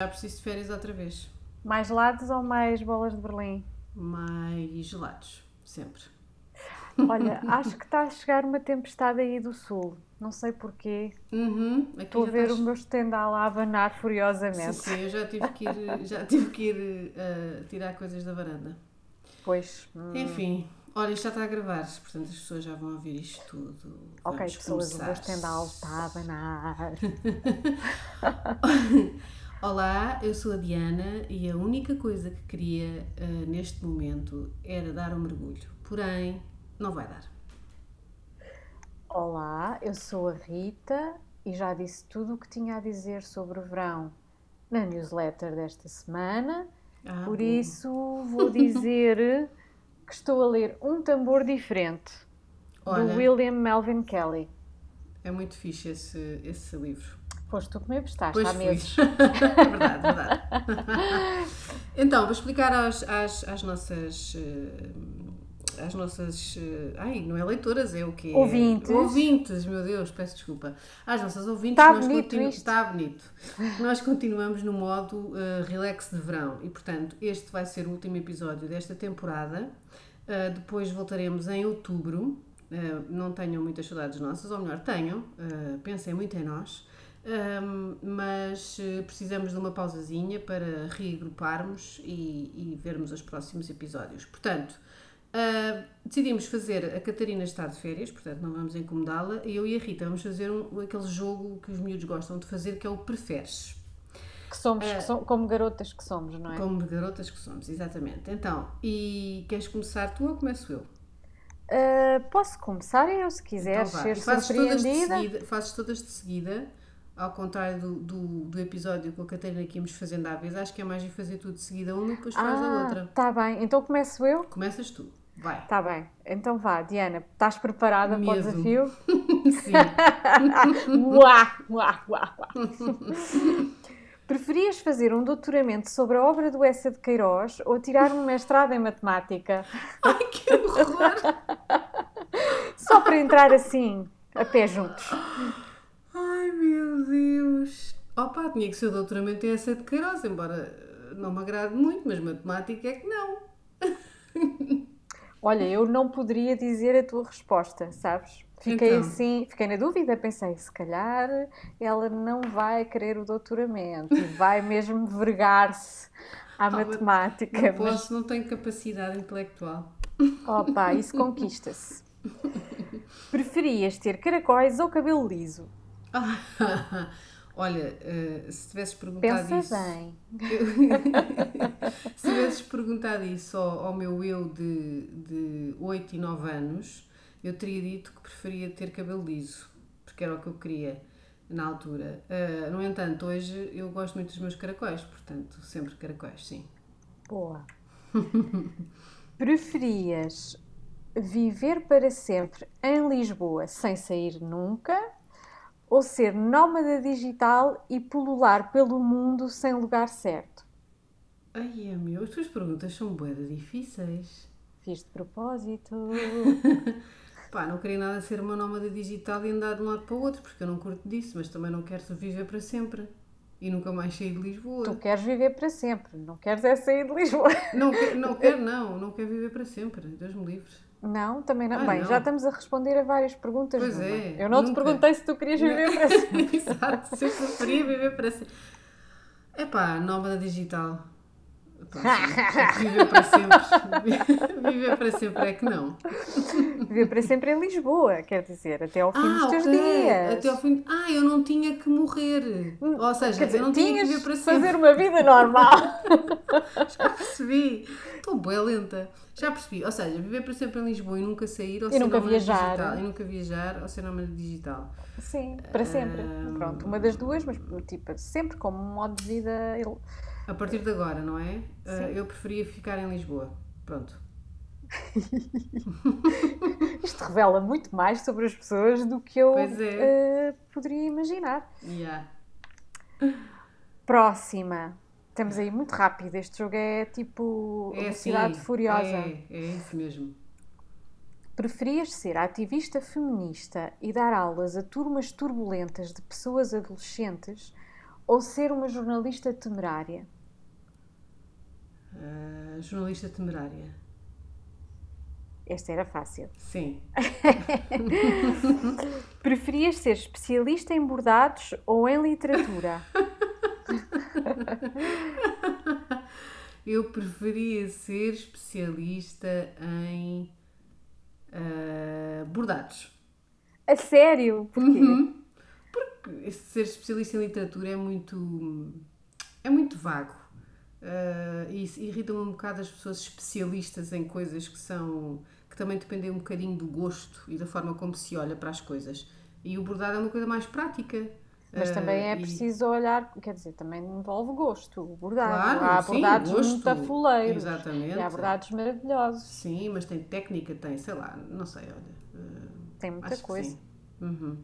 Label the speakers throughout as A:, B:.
A: Já preciso de férias outra vez.
B: Mais lados ou mais bolas de Berlim?
A: Mais gelados, sempre.
B: Olha, acho que está a chegar uma tempestade aí do sul. Não sei porquê.
A: Uhum, aqui
B: Estou a
A: já
B: ver
A: estás-
B: o meu estendal a abanar
A: Sim,
B: furiosamente.
A: sim, eu já tive que ir, já tive que ir eh, tirar coisas da varanda.
B: Pois. hum,
A: Enfim, olha, isto já está a gravar, portanto as pessoas já vão ouvir isto tudo.
B: ok,
A: Vamos
B: pessoas, o meu
A: começar.
B: estendal está a abanar.
A: Olá, eu sou a Diana e a única coisa que queria eh, neste momento era dar um mergulho. Porém, não vai dar.
B: Olá, eu sou a Rita e já disse tudo o que tinha a dizer sobre o verão na newsletter desta semana.
A: Ah,
B: Por
A: bom.
B: isso, vou dizer que estou a ler Um Tambor Diferente,
A: Olha.
B: do William Melvin Kelly.
A: É muito fixe esse, esse livro.
B: Pois tu que me emprestaste
A: Pois
B: há
A: fui. É
B: meses.
A: verdade, verdade. então, vou explicar às, às, às nossas. eh, às nossas. eh, Ai, não é leitoras, é o quê?
B: Ouvintes.
A: Ouvintes, meu Deus, peço desculpa. Às nossas ouvintes,
B: Tá
A: nós
B: bonito
A: continu-
B: isto.
A: Está bonito. Nós continuamos no modo eh, relax de verão e, portanto, este vai ser o último episódio desta temporada. Eh, depois voltaremos em outubro. Eh, não tenham muitas saudades nossas, ou melhor, tenham, eh, pensem muito em nós. Ahm, mas eh, precisamos de uma pausazinha para reagruparmos e, e vermos os próximos episódios. Portanto, ah, decidimos fazer. A Catarina está de férias, portanto não vamos incomodá-la. E eu e a Rita vamos fazer um- aquele jogo que os miúdos gostam de fazer, que é o preferes.
B: Que somos, que so- como garotas que somos, não é?
A: Como garotas que somos, exatamente. Então, e queres começar tu ou começo eu? Então
B: Ah, posso começar eu, se quiseres
A: vá.
B: ser
A: E fazes todas, de
B: surpreendida.
A: seguida, fazes todas de seguida, ao contrário do, do, do episódio com a Catarina que íamos fazendo à vez. Acho que é mais de fazer tudo de seguida uma e depois fazes a
B: Ah,
A: outra.
B: tá bem. Então começo eu?
A: Começas tu. Vai.
B: Tá bem. Então vá, Diana, estás preparada para o
A: Medo.
B: desafio?
A: Sim.
B: Uá, uá, uá, uá. Preferias fazer um doutoramento sobre a obra do Essa de Queiroz ou tirar um mestrado em matemática?
A: Ai, que horror!
B: Só para entrar assim, a pé juntos.
A: Ai, meu Deus! Opa, tinha que ser o doutoramento em essa de Queiroz, embora eh, não me agrade muito, mas matemática é que não.
B: Olha, eu não poderia dizer a tua resposta, sabes? Fiquei
A: Então.
B: assim, fiquei na dúvida, pensei, se calhar ela não vai querer o doutoramento, e vai mesmo vergar-se à
A: mas
B: matemática,
A: não
B: É, mas
A: posso, não tenho capacidade intelectual.
B: opa, isso conquista-se. Preferias ter caracóis ou cabelo liso?
A: Um Ah, Olha, eh, se tivesses perguntado
B: Pensa
A: isso.
B: bem.
A: Se tivesses perguntado isso ao, ao meu eu de, de 8 e 9 anos, eu teria dito que preferia ter cabelo liso, porque era o que eu queria na altura. Ah, no entanto, hoje eu gosto muito dos meus caracóis, portanto, sempre caracóis, sim.
B: Boa. Preferias viver para sempre em Lisboa sem sair nunca ou ser nómada digital e pulular pelo mundo sem lugar certo?
A: Ai, é meu, as tuas perguntas são boedas difíceis.
B: Fiz de propósito.
A: Pá, não queria nada ser uma nómada digital e andar de um lado para o outro, porque eu não curto disso, mas também não quero viver para sempre. E nunca mais sair de Lisboa.
B: Tu queres viver para sempre, não queres é sair de Lisboa.
A: Não, que- não quero, não. Não quero viver para sempre. Deus me livre.
B: Não, também não.
A: Ah,
B: Bem,
A: não.
B: já estamos a responder a várias perguntas.
A: Pois
B: numa.
A: é,
B: Eu não te
A: nunca.
B: perguntei se tu querias viver para sempre.
A: Exato, se eu preferia viver para sempre. Epá, nómada digital. Epá, sim, viver para sempre. Viver para sempre é que não.
B: Viver para sempre em Lisboa, quer dizer, até ao fim dos teus
A: Ah, ok.
B: dias. Hum,
A: Até ao fim. de- Ah, eu não tinha que morrer. Ou seja,
B: Quer dizer,
A: eu não tinha que
B: tinhas
A: viver para
B: de
A: sempre.
B: fazer uma vida normal.
A: Já percebi. Estou bem lenta. Já percebi. Ou seja, viver para sempre em Lisboa e nunca sair ou
B: E
A: ser
B: nunca
A: nómada
B: viajar.
A: digital. E nunca viajar ou ser nómada digital.
B: Sim, para sempre.
A: Ahm.
B: Pronto, uma das duas, mas tipo, sempre como um modo de vida. ele-
A: A partir de agora, não é? Ah,
B: Sim.
A: eu preferia ficar em Lisboa. Pronto.
B: Isto revela muito mais sobre as pessoas do que eu
A: Pois é.
B: eh, poderia imaginar.
A: Yeah.
B: Próxima. Estamos aí muito rápido. Este jogo é tipo velocidade
A: assim,
B: furiosa.
A: É, é isso mesmo.
B: Preferias ser ativista feminista e dar aulas a turmas turbulentas de pessoas adolescentes ou ser uma jornalista temerária?
A: Ah, jornalista temerária.
B: Esta era fácil.
A: Sim.
B: Preferias ser especialista em bordados ou em literatura?
A: Eu preferia ser especialista em ah, bordados.
B: A sério? Porquê?
A: Uhum. Porque ser especialista em literatura é muito. é muito vago. Ah, e isso irrita-me um bocado as pessoas especialistas em coisas que são. que também dependem um bocadinho do gosto e da forma como se olha para as coisas. E o bordado é uma coisa mais prática.
B: Mas
A: Ah,
B: também é
A: e-
B: preciso olhar, quer dizer, também envolve gosto, o bordado.
A: Claro,
B: há
A: sim,
B: bordados
A: gosto.
B: muito tafuleiros
A: Exatamente.
B: e há bordados maravilhosos.
A: Sim, mas tem técnica, tem, sei lá, não sei, olha. ah,
B: Tem muita
A: acho
B: coisa.
A: Que sim. Uhum.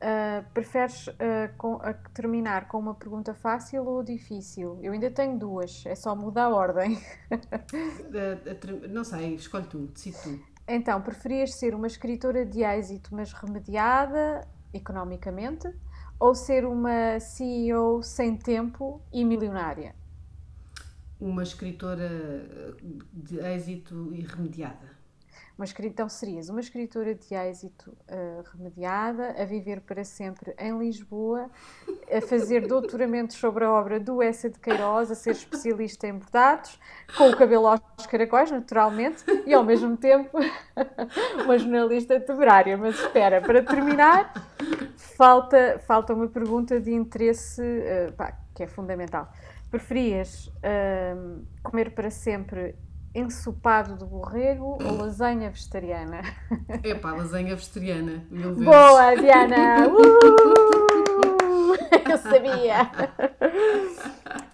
B: Ah, preferes ah, com- a terminar com uma pergunta fácil ou difícil? Eu ainda tenho duas, é só mudar a ordem.
A: Ah, ah, tre- não sei, escolhe tu, decide tu.
B: Então, preferias ser uma escritora de êxito, mas remediada economicamente, ou ser uma CEO sem tempo e milionária?
A: Uma escritora ah, de êxito irremediada.
B: Uma escri- então, serias uma escritora de êxito ah, remediada, a viver para sempre em Lisboa, a fazer doutoramentos sobre a obra do Essa de Queiroz, a ser especialista em bordados, com o cabelo aos caracóis, naturalmente, e ao mesmo tempo uma jornalista temerária. Mas espera, para terminar, falta, falta uma pergunta de interesse ah, pá, que é fundamental. Preferias ah, comer para sempre ensopado de borrego ou lasanha vegetariana?
A: Epá, lasanha vegetariana, mil vezes.
B: Boa, Diana! Uh! Uhul! Eu sabia!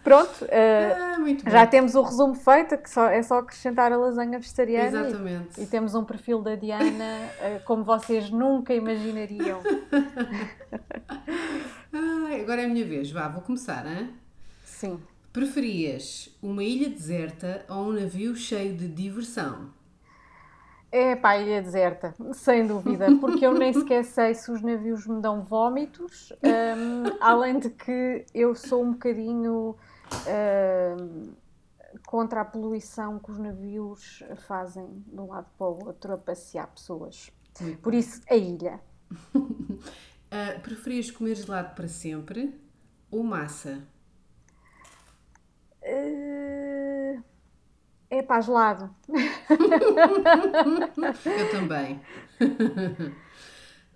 B: Pronto, eh,
A: Ah, muito bem.
B: já temos o resumo feito, que só, é só acrescentar a lasanha vegetariana. e-
A: Exatamente.
B: E temos um perfil da Diana eh, como vocês nunca imaginariam.
A: Ai, agora é a minha vez, vá, vou começar, hein?
B: Sim.
A: Preferias uma ilha deserta ou um navio cheio de diversão?
B: É pá, ilha deserta, sem dúvida, porque eu nem sequer sei se os navios me dão vómitos, hum, além de que eu sou um bocadinho hum, contra a poluição que os navios fazem de um lado para o outro a passear pessoas.
A: Muito
B: Por isso, a ilha.
A: Ah, preferias comer gelado para sempre ou massa?
B: É pá, Eh, gelado.
A: Eu também.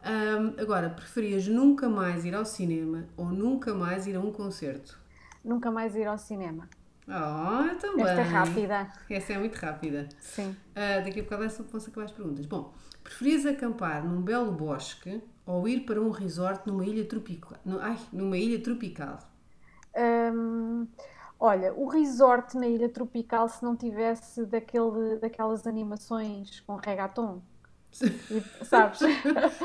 A: Ahm, agora, preferias nunca mais ir ao cinema ou nunca mais ir a um concerto?
B: Nunca mais ir ao cinema.
A: Oh, eu também.
B: Esta é rápida.
A: Essa é muito rápida.
B: Sim.
A: Ah, daqui a bocado é só- vão-se acabar as perguntas. Bom, preferias acampar num belo bosque ou ir para um resort numa ilha tropical? no- ai, numa ilha tropical.
B: Hum, olha, o resort na Ilha Tropical, se não tivesse daquele, daquelas animações com reggaeton, e, sabes?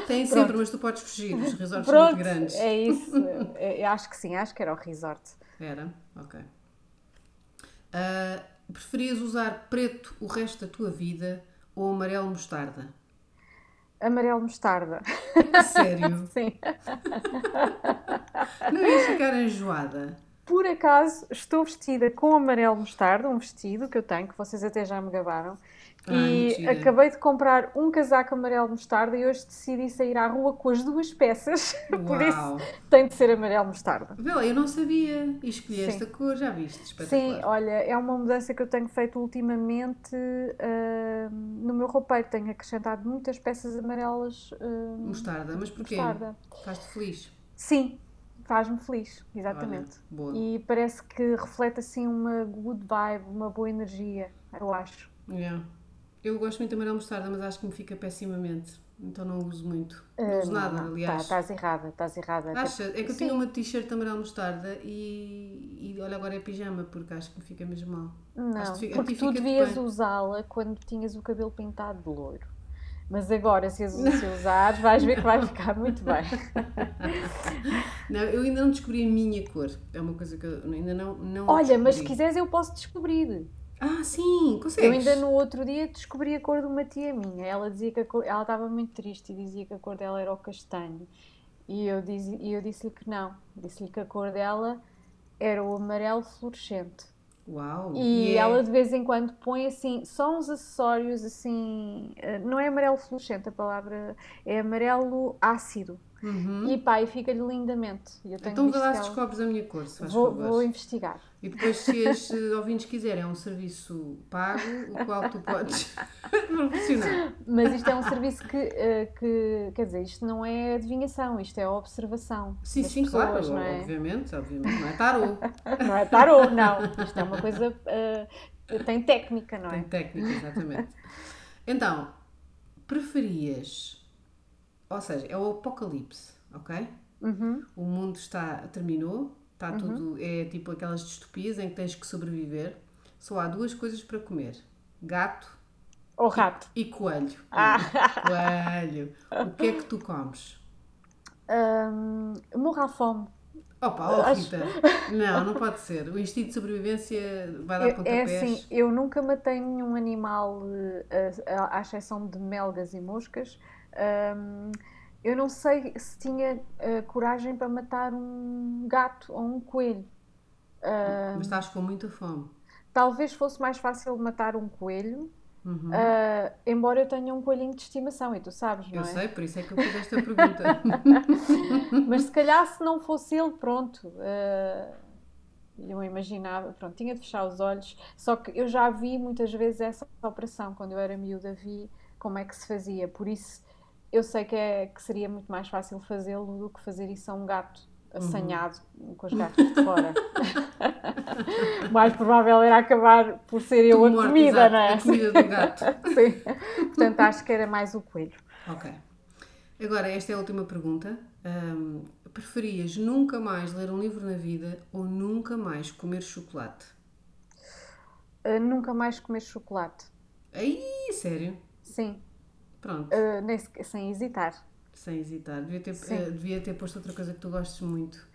A: Tem sempre, mas tu podes fugir. Os resorts são muito
B: Pronto,
A: grandes.
B: é isso. Eu acho que sim, acho que era o resort.
A: Era? Ok. Ah, preferias usar preto o resto da tua vida ou amarelo mostarda?
B: Amarelo mostarda.
A: A Sério?
B: Sim.
A: Não ias ficar enjoada?
B: Por acaso, estou vestida com amarelo mostarda, um vestido que eu tenho, que vocês até já me gabaram,
A: Ai,
B: e
A: Ah, mentira.
B: acabei de comprar um casaco amarelo mostarda e hoje decidi sair à rua com as duas peças, por isso
A: Uau!
B: tem de ser amarelo mostarda.
A: Bela, eu não sabia. E escolhi
B: Sim.
A: esta cor, já viste?
B: Sim,
A: Espetacular.
B: olha, é uma mudança que eu tenho feito ultimamente ah, no meu roupeiro. Tenho acrescentado muitas peças amarelas ah,
A: Mostarda, mas porquê?
B: mostarda.
A: Faz-te feliz.
B: Sim, faz-me feliz, exatamente.
A: Olha, boa.
B: E parece que reflete assim uma good vibe, uma boa energia, eu acho.
A: Yeah. Eu gosto muito de amarelo mostarda, mas acho que me fica pessimamente. Então não uso muito. Não uso
B: Ah,
A: nada,
B: não, não,
A: aliás.
B: Tá, estás errada, estás errada. Até
A: Acha? É que eu
B: Sim.
A: tinha uma t-shirt de amarelo mostarda e, e olha, agora é pijama, porque acho que me fica mesmo mal. Acho
B: Não,
A: que fica-
B: porque
A: aqui
B: tu
A: fica-te
B: devias
A: bem.
B: usá-la quando tinhas o cabelo pintado de loiro. Mas agora, se, as- se usares, vais ver que vai ficar muito bem.
A: Não, eu ainda não descobri a minha cor. É uma coisa que eu ainda não. não
B: Olha, mas se
A: descobri.
B: quiseres, eu posso descobrir.
A: Ah, sim, consegues.
B: Eu ainda no outro dia descobri a cor de uma tia minha. Ela dizia que a cor, ela estava muito triste e dizia que a cor dela era o castanho. E eu, diz, e eu disse-lhe que não. Disse-lhe que a cor dela era o amarelo fluorescente.
A: Uau!
B: E
A: é-
B: ela de vez em quando põe assim, só uns acessórios assim, eh, não é amarelo fluorescente a palavra, é amarelo ácido.
A: Uhum.
B: E pá, e fica-lhe lindamente. E Eu tenho
A: Então vê
B: visto
A: lá
B: que
A: se
B: ela-
A: descobres a minha cor, se faz
B: vou,
A: favor.
B: vou investigar.
A: E depois, se as eh, ouvintes quiserem, é um serviço pago, o qual tu podes proporcionar.
B: Mas isto é um serviço que, eh, que, quer dizer, isto não é adivinhação, isto é observação
A: Sim,
B: das
A: sim, claro,
B: pessoas, não é?
A: obviamente, obviamente. Não é tarô,
B: Não é tarô, não. Isto é uma coisa, eh, tem técnica, não é?
A: tem técnica, exatamente. Então, preferias, ou seja, é o apocalipse, ok?
B: Uhum.
A: O mundo está, terminou, está tudo, é tipo aquelas distopias em que tens que sobreviver. Só há duas coisas para comer, gato
B: Ou rato.
A: e coelho.
B: Ah.
A: Coelho, o que é que tu comes?
B: Hum, morro à fome.
A: Opa, ó
B: Acho-
A: Rita, não, não pode ser. O instinto de sobrevivência vai dar
B: Eu- É
A: pontapés.
B: assim, eu nunca matei nenhum animal, eh, a- a- à exceção de melgas e moscas. Hum, eu não sei se tinha eh, coragem para matar um gato ou um coelho. hum.
A: Mas estás com muita fome.
B: Talvez fosse mais fácil matar um coelho,
A: Uhum.
B: ah, embora eu tenha um coelhinho de estimação, e tu sabes, não
A: eu
B: é?
A: sei, por isso é que eu fiz esta pergunta.
B: Mas se calhar se não fosse ele, pronto. ah, eu imaginava, pronto, tinha de fechar os olhos. Só que eu já vi muitas vezes essa operação, quando eu era miúda, vi como é que se fazia. Por isso eu sei que, é, que seria muito mais fácil fazê-lo do que fazer isso a um gato
A: Uhum.
B: assanhado com os gatos de fora. O mais provável era acabar por ser eu
A: Tu
B: a
A: morta,
B: comida,
A: exato,
B: não é?
A: A comida do gato.
B: Sim. Portanto, acho que era mais o coelho.
A: ok. Agora, esta é a última pergunta. Ahm, preferias nunca mais ler um livro na vida ou nunca mais comer chocolate?
B: Uh, nunca mais comer chocolate.
A: Aí, sério?
B: Sim,
A: Pronto,
B: uh, nem sequer- sem hesitar.
A: sem hesitar. Devia ter,
B: Sim.
A: eh, devia ter posto outra coisa que tu gostes muito.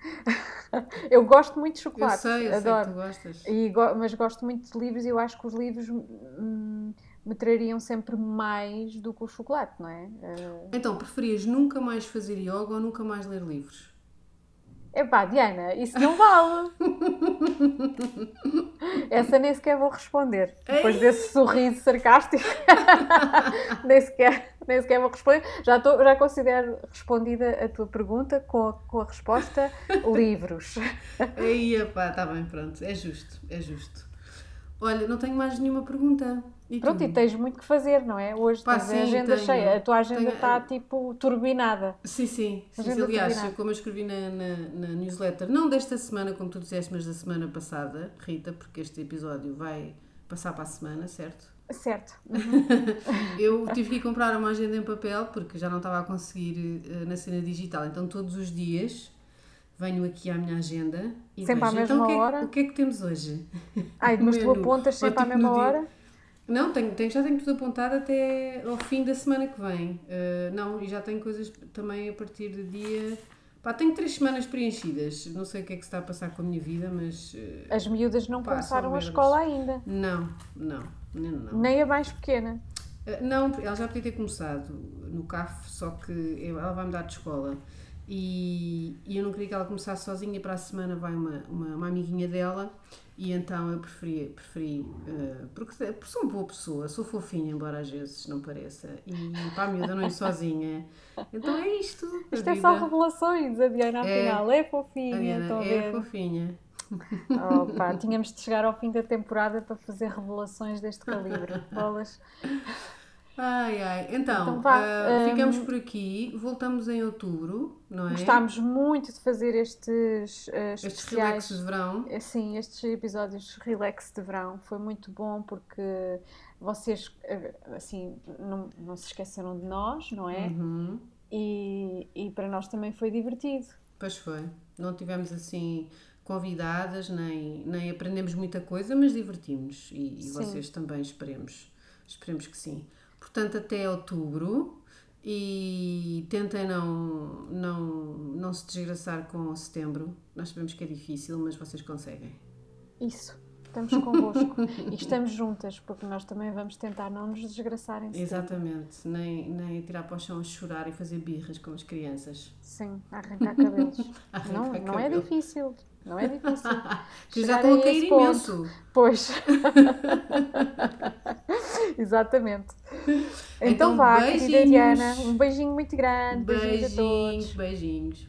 B: Eu gosto muito de
A: Eu
B: chocolate,
A: sei, eu sei que
B: adoro.
A: tu gostas.
B: E go- mas gosto muito de livros e eu acho que os livros hum, me trariam sempre mais do que o chocolate, não é? Uh,
A: Então, preferias nunca mais fazer yoga ou nunca mais ler livros?
B: Eh, epá, Diana, isso não vale! Essa nem sequer vou responder. Depois desse sorriso sarcástico, nem, sequer, nem sequer vou responder. Já, tô, já considero respondida a tua pergunta com a, com a resposta livros.
A: Aí, pá, está bem, pronto. É justo, é justo. Olha, não tenho mais nenhuma pergunta. E
B: Pronto,
A: tu?
B: e tens muito que fazer, não é? Hoje
A: Pá,
B: tens
A: sim,
B: a agenda
A: tenho.
B: cheia, a tua agenda
A: Tenho- eh,
B: está tipo turbinada.
A: Sim, sim. sim,
B: Agenda
A: sim. Aliás,
B: combinada.
A: como eu escrevi na, na, na newsletter, não desta semana, como tu disseste, mas da semana passada, Rita, porque este episódio vai passar para a semana, certo?
B: Certo.
A: Eu tive que ir comprar uma agenda em papel porque já não estava a conseguir eh, na cena digital. Então, todos os dias venho aqui à minha agenda e
B: Sempre à
A: vejo, então, o
B: mesma
A: que é que-
B: hora?
A: o que é que temos hoje?
B: Ai, mas tu
A: Menu.
B: apontas sempre
A: Ou
B: à
A: tipo
B: mesma
A: no dia.
B: hora?
A: Não, tenho, tenho- já tenho tudo apontado até ao fim da semana que vem. Uh, não, e já tenho coisas também a partir do dia. Pá, tenho três semanas preenchidas. Não sei o que é que se está a passar com a minha vida, mas. uh,
B: As miúdas não
A: Pá, são
B: começaram a
A: merdas.
B: escola ainda,
A: não, não, não, não.
B: nem a mais pequena.
A: Uh, não, porque ela já podia ter começado no CAF, só que eu- ela vai mudar de escola. E, e eu não queria que ela começasse sozinha. Para a semana vai uma, uma, uma amiguinha dela. E então eu preferi, preferi uh, porque, se- porque sou uma boa pessoa, sou fofinha, embora às vezes não pareça. E para a miúda não ir sozinha. Então é isto. a
B: Isto é só
A: vida.
B: revelações, a Diana
A: É.
B: afinal é
A: A
B: fofinha,
A: Diana
B: estão a
A: é
B: ver?
A: fofinha.
B: Oh, pá, tínhamos de chegar ao fim da temporada para fazer revelações deste calibre. Bolas.
A: Ai, ai. Então,
B: Então vá,
A: uh, ficamos
B: hum.
A: por aqui. Voltamos em outubro, não é?
B: Gostámos muito de fazer estes eh,
A: Estes
B: especiais.
A: relaxos de verão.
B: É Sim, estes episódios relax de verão foi muito bom porque vocês eh, assim não, não se esqueceram de nós, não é?
A: Uhum.
B: E, e para nós também foi divertido.
A: Pois foi. Não tivemos assim convidadas, nem, nem aprendemos muita coisa, mas divertimos-nos e, e
B: Sim.
A: vocês também esperemos. Esperemos que sim. Portanto, até outubro e tentem não, não, não se desgraçar com setembro. Nós sabemos que é difícil, mas vocês conseguem.
B: Isso. estamos convosco e estamos juntas, porque nós também vamos tentar não nos desgraçar em setembro.
A: Exatamente, nem, nem tirar para o chão chorar e fazer birras com as crianças.
B: Sim, arrancar cabelos.
A: Arrancar
B: não, não é
A: cabelo.
B: difícil. Não é difícil.
A: Que já estão a
B: Chegar esse
A: cair
B: ponto.
A: imenso.
B: Pois. Exatamente. Então,
A: Então,
B: vá,
A: beijinhos.
B: querida Diana, um beijinho muito grande. Beijinhos a todos.
A: Beijinhos, beijinhos.